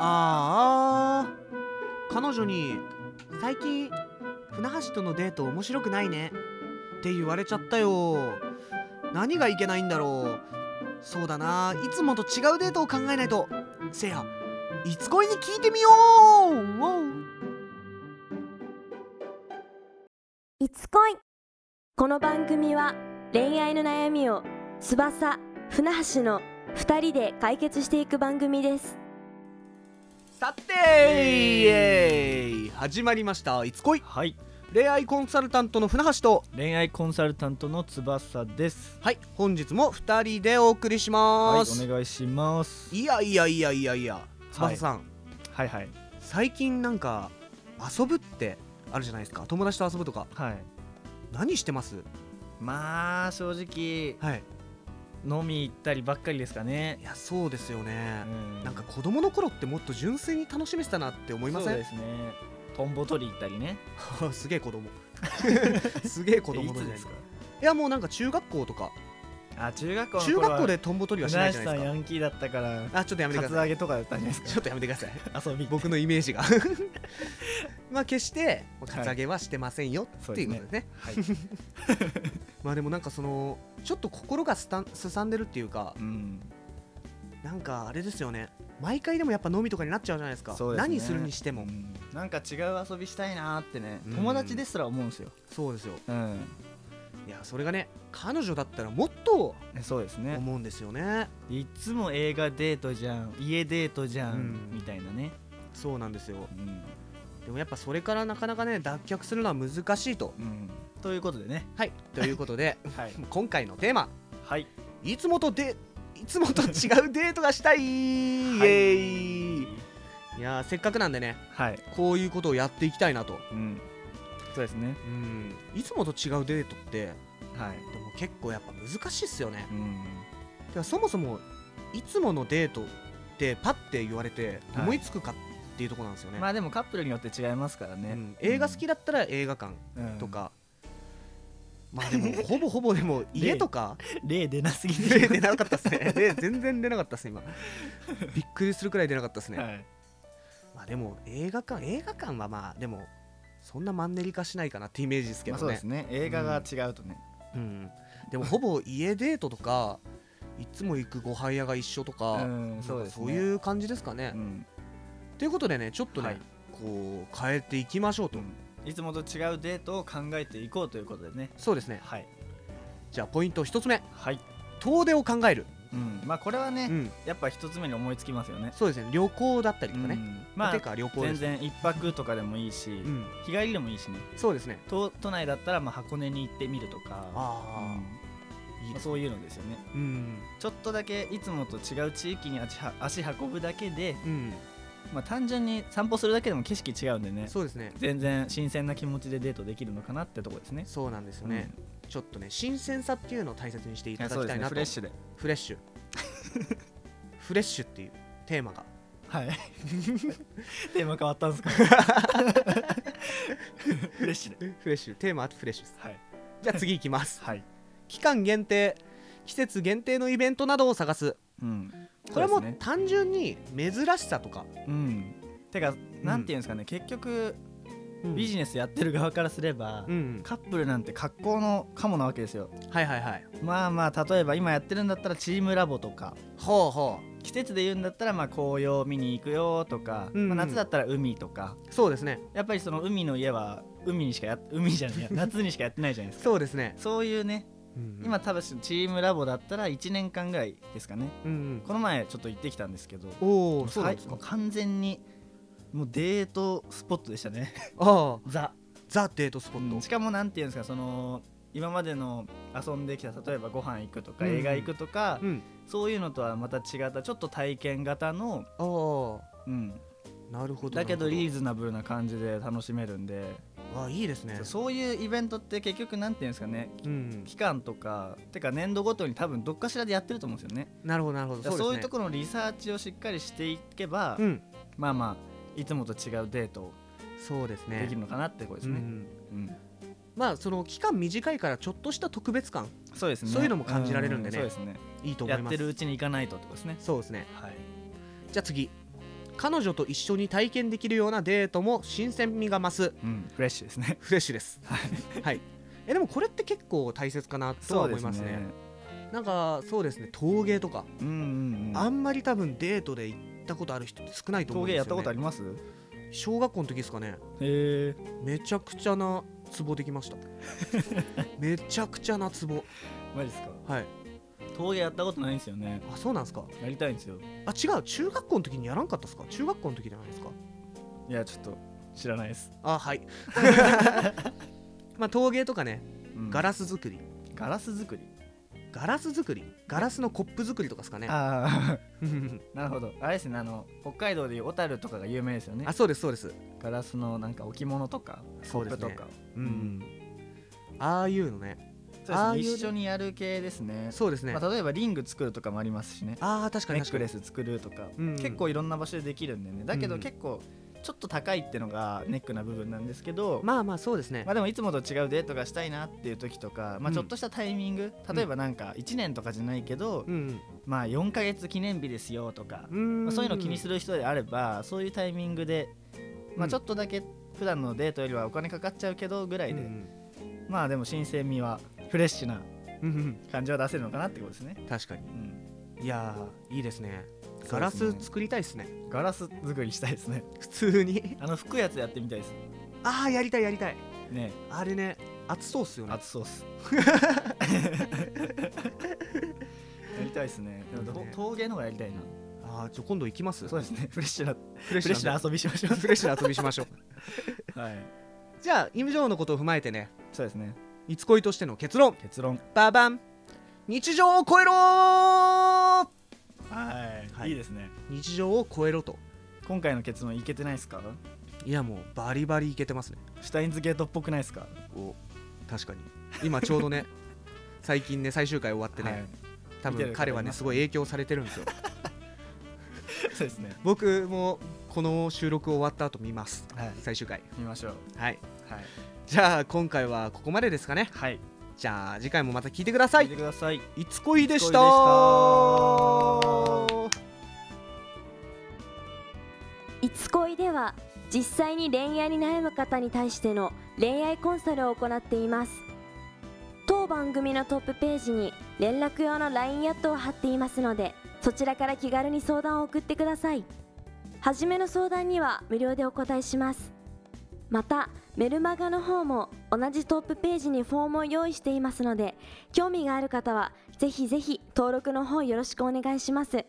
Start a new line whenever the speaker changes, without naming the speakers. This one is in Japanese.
ああ彼女に「最近船橋とのデート面白くないね」って言われちゃったよ何がいけないんだろうそうだないつもと違うデートを考えないとせやいつ恋に聞いてみようわお
いつ恋この番組は恋愛の悩みを翼船橋の2人で解決していく番組です
さてイエーイ始まりました「いつ恋
はい」
恋愛コンサルタントの船橋と
恋愛コンサルタントの翼です
はい本日も2人でお送りし
はい
ま
お
す、
願いします
いやいやいやいやいや翼さん、
はいはい
最近なんか遊ぶってあるじゃないですか友達と遊ぶとか
はい
何してます
まあ正直
はい
飲み行ったりばっかりですかね
いやそうですよね
う、ん
なんか子供の頃ってもっと純粋に楽しめてたなって思いませ
そうんですねトンボ取り行ったりね
すげえ子供すげえ子供
えい
の
つ
時代
で
い
すか
やもうなんか中学校とか
あ中学校の
中
頃は
学校でトンボ取りはしないじゃ
船
な
橋
いです
さんヤ
か
ンキーだったから
あちょっとやめて
カ
くだ
ツ
さ
ア
い
ゲとかだったんじゃないです
ちょっとやめてくだ さい
か遊びって
僕のイメージが まあ決してカツアゲはしてませんよ
そう
って
で
い
す
うこ
ね
とですね
はい
まあでもなんかそのちょっと心がすたんすさんでるっていうか
うん
なんかあれですよね毎回でもやっぱ飲みとかになっちゃうじゃないですか
そうですね
何するにしても、
うんなんか違う遊びしたいなーってね
うん
友達ですら思うんですよ
そうですよ
うん
いやそれがね彼女だったらもっと
えそうですね
思うんですよね
いつも映画デートじゃん家デートじゃん、
うん
みたいなね、
そうなんですよ
うん
でもやっぱそれからなかなかね脱却するのは難しいと
うんということでね
はいということで
はい、
今回のテーマ
はい、
いつもとでいつもと違うデートがしたい、イエーイいやーせっかくなんでね
はい
こういうことをやっていきたいなと
うん、そうですね
うんいつもと違うデートって
はい、
でも結構やっぱ難しいっすよね
うん、
てかそもそもいつものデートってパッて言われて
はい
思いつくかっていうところなんですよね、
まあでもカップルによって違いますから
う
ね、
ん映画好きだったら映画館
うん
と、か、まあで もほぼほぼでも家とか
例出なすぎ
例
て
出なかったっす ね例全然出なかったっす今びっくりするくらい出なかったっすね、
はい、
まあでも映画館映画館はまあでもそんなマンネリ化しないかなってイメージですけ
ま
ど
あ
ね、
そうですね映画が違うとね、
うん、でもほぼ家デートとかいつも行くご飯屋が一緒とか、
うん
なんか
そうです
そ
ね
ういう感じですかね、
うん
ということでねちょっとね、
はい
こう変えていきましょうと、
いつもと違うデートを考えていこうということでね
そうですね
はい
じゃあポイント1つ目
はい、
遠出を考える、
うん、まあこれはね、
うん、
やっぱ一つ目に思いつきますよね
そうですね旅行だったりとかね、
うん
ま
ま
あ、
あ
てか旅行で
全
す、
然一泊とかでもいいし、
うん、
日帰りでもいいしね
そうですね
都都内だったらまあ箱根に行ってみるとかうん
あ
ま
あ、いい
あ
です
そういうのですよね
うん
ちょっとだけいつもと違う地域に足は足運ぶだけで、
うん
まあ、単純に散歩するだけでも景色違うんでね
そうですね
全然新鮮な気持ちでデートできるのかなってとこですね
そうなんですよね、ちょっとね新鮮さっていうのを大切にしてい
うん
ただ
そう
きたい
ですね
なと
フレッシュで
フレッシュ フレッシュっていうテーマが
はい テーマ変わったんで すかフレッシュで
フレッシュテーマあとフレッシュです
はい
じゃあ次いきます
はい、
期間限定季節限定のイベントなどを探す
うん、
これはも
そ
う
うですね
単純に珍しさとか、
うんてかなんていうんですかね、結局ビジネスやってる側からすれば、
うん、
カップルなんて格好のかもなわけですよ
はいはいはい
まあまあ例えば今やってるんだったらチームラボとか
ほうほ
季節で言うんだったらまあ紅葉見に行くよとか、
うんうん
まあ夏だったら海とか
うそうですね
やっぱりその海の家は海にしかや海じゃね えや夏にしかやってないじゃないですか
そうですね、
そういうね
うん
今多分チームラボだったら1年間ぐらいですかね
うん
この前ちょっと行ってきたんですけど
うん、おおそうなんです
も
か
う完全にもうデートスポットでしたね
ああ
ザ
ザ・デートスポット、
うんしかもなんていうんですかその今までの遊んできた例えばご飯行くとか
うんうん
映画行くとか、
うん
そういうのとはまた違ったちょっと体験型の、
あ
うん、
あなるほど
だけどリ
ー
ーズナブルな感じで楽しめるんで、
あいいですね
そうそういうイベントって結局なんていうんですかね
うん、
期間とかてか年度ごとに多分どっかしらでやってると思うんですよね
なるほどなるほど
そう
ですね
いうところのリサーチをしっかりしていけば、
うん
まあまあいつもと違うデートを
そうですね
できるのかなってことです
う
ね、
ん、
うん
まあその期間短いからちょっとした特別感
そうですね
そういうのも感じられるんでね
うそうですね
いいと思
や
い
っ
ます
てるうちに行かないとってことですね
そうですね
はい
じゃあ次彼女と一緒に体験できるようなデートも新鮮味が増す
うん、フレッシュです ね
フレッシュですはいえでもこれって結構大切かなとは思いますねなんかそうですね陶芸とか、
うんうん、うん、
あんまり多分デートで行ったことある人少ないと思う
陶
んで
芸
すよ、
や
ね、
ったことあります
小学校の時ですかね
へえ
めちゃくちゃなツボできま しためちゃくちゃなツボ
マジですか
はい
陶芸やったことないんですよね
あそうなんですか
やりたいんですよ
あ違う中学校の時にやらんかったですか中学校の時じゃないですか
いやちょっと知らないです、
あはい まあ陶芸とかね
うん
ガラス作り
ガラス作り
ガラス作りガラスのコップ作りとかですかね
ああ なるほどあれですねあの北海道でいう小樽とかが有名ですよね
あそうですそうです
ガラスのなんか置物とか
そうです
コッ
ね
プとか
う、
うん
ああいうのね
そう
ああい
で
う
すね一緒にやる系ですね
そうですね、
まあ、例えばリング作るとかもありますしね
ああ確か
ネ
に
ッ
確か
ク
に
レス作るとか、
うん
結構いろんな場所でできるんでねだけ
う
ど
ん
結構ちょっと高いってのがネックな部分なんですけど、ま
まあまあそうですね
あでもいつもと違うデートがしたいなっていう時とか、
う
まあ、
ん
ちょっとしたタイミング、例えばなんか1年とかじゃないけど、
うん
まあ4ヶ月記念日ですよとか、
うん
まあそういうの気にす
る
る人であればそういうタイミングで、
う
まあ、
ん
ちょっとだけ普段のデートよりはお金かかっちゃうけどぐらいで、まあでも新鮮味はフレッシュな感じは出せるのかなってことですね、
確かに
うん、
いやーいいですね
ね
ガラス作りたいですね
ガラス作りしたいですね
普通に
あの服やつやってみたいです
ああやりたいやりたい
ね
あれね熱そうっすよね
熱そうっ すやりたいですねでもと
ね
陶芸の方がやりたいな
ああちょ今度行きます
そうですね フレッシュなフ
フレ
レッシュ
な
な遊びしましょ
フレッシュな遊びしましょう
う はい
じゃあイム・ジョーのことを踏まえてね
そうですね
いつ恋としての結論
結論
ババン日常を超えろー
はい、
はい
い、いですね
日常を超えろと
今回の結論いけてないですか
いやもうバリバリいけてますね
シュタインズゲートっぽくないですか
お確かに今ちょう どね最近ね最終回終わってね、
はい、
多
見て
分
る方
彼はいね
ます
すごい影響されてるんですよ
そうですね
僕もこの収録終わった後見ます
はい
最終回
見ましょう
はい
はい、
じゃあ今回はここまでですかね
はい、
じゃあ次回もまた聞いてくださ
見
い
てください
いつ恋でし
いつ
た
恋
いつ恋では実際に恋愛に悩む方に対しての恋愛コンサルを行っています当番組のトップページに連絡用の LINE アットを貼っていますのでそちらから気軽に相談を送ってください初めの相談には無料でお答えしますまたメルマガの方も同じトップページにフォームを用意していますので興味がある方はぜひぜひ登録の方よろしくお願いします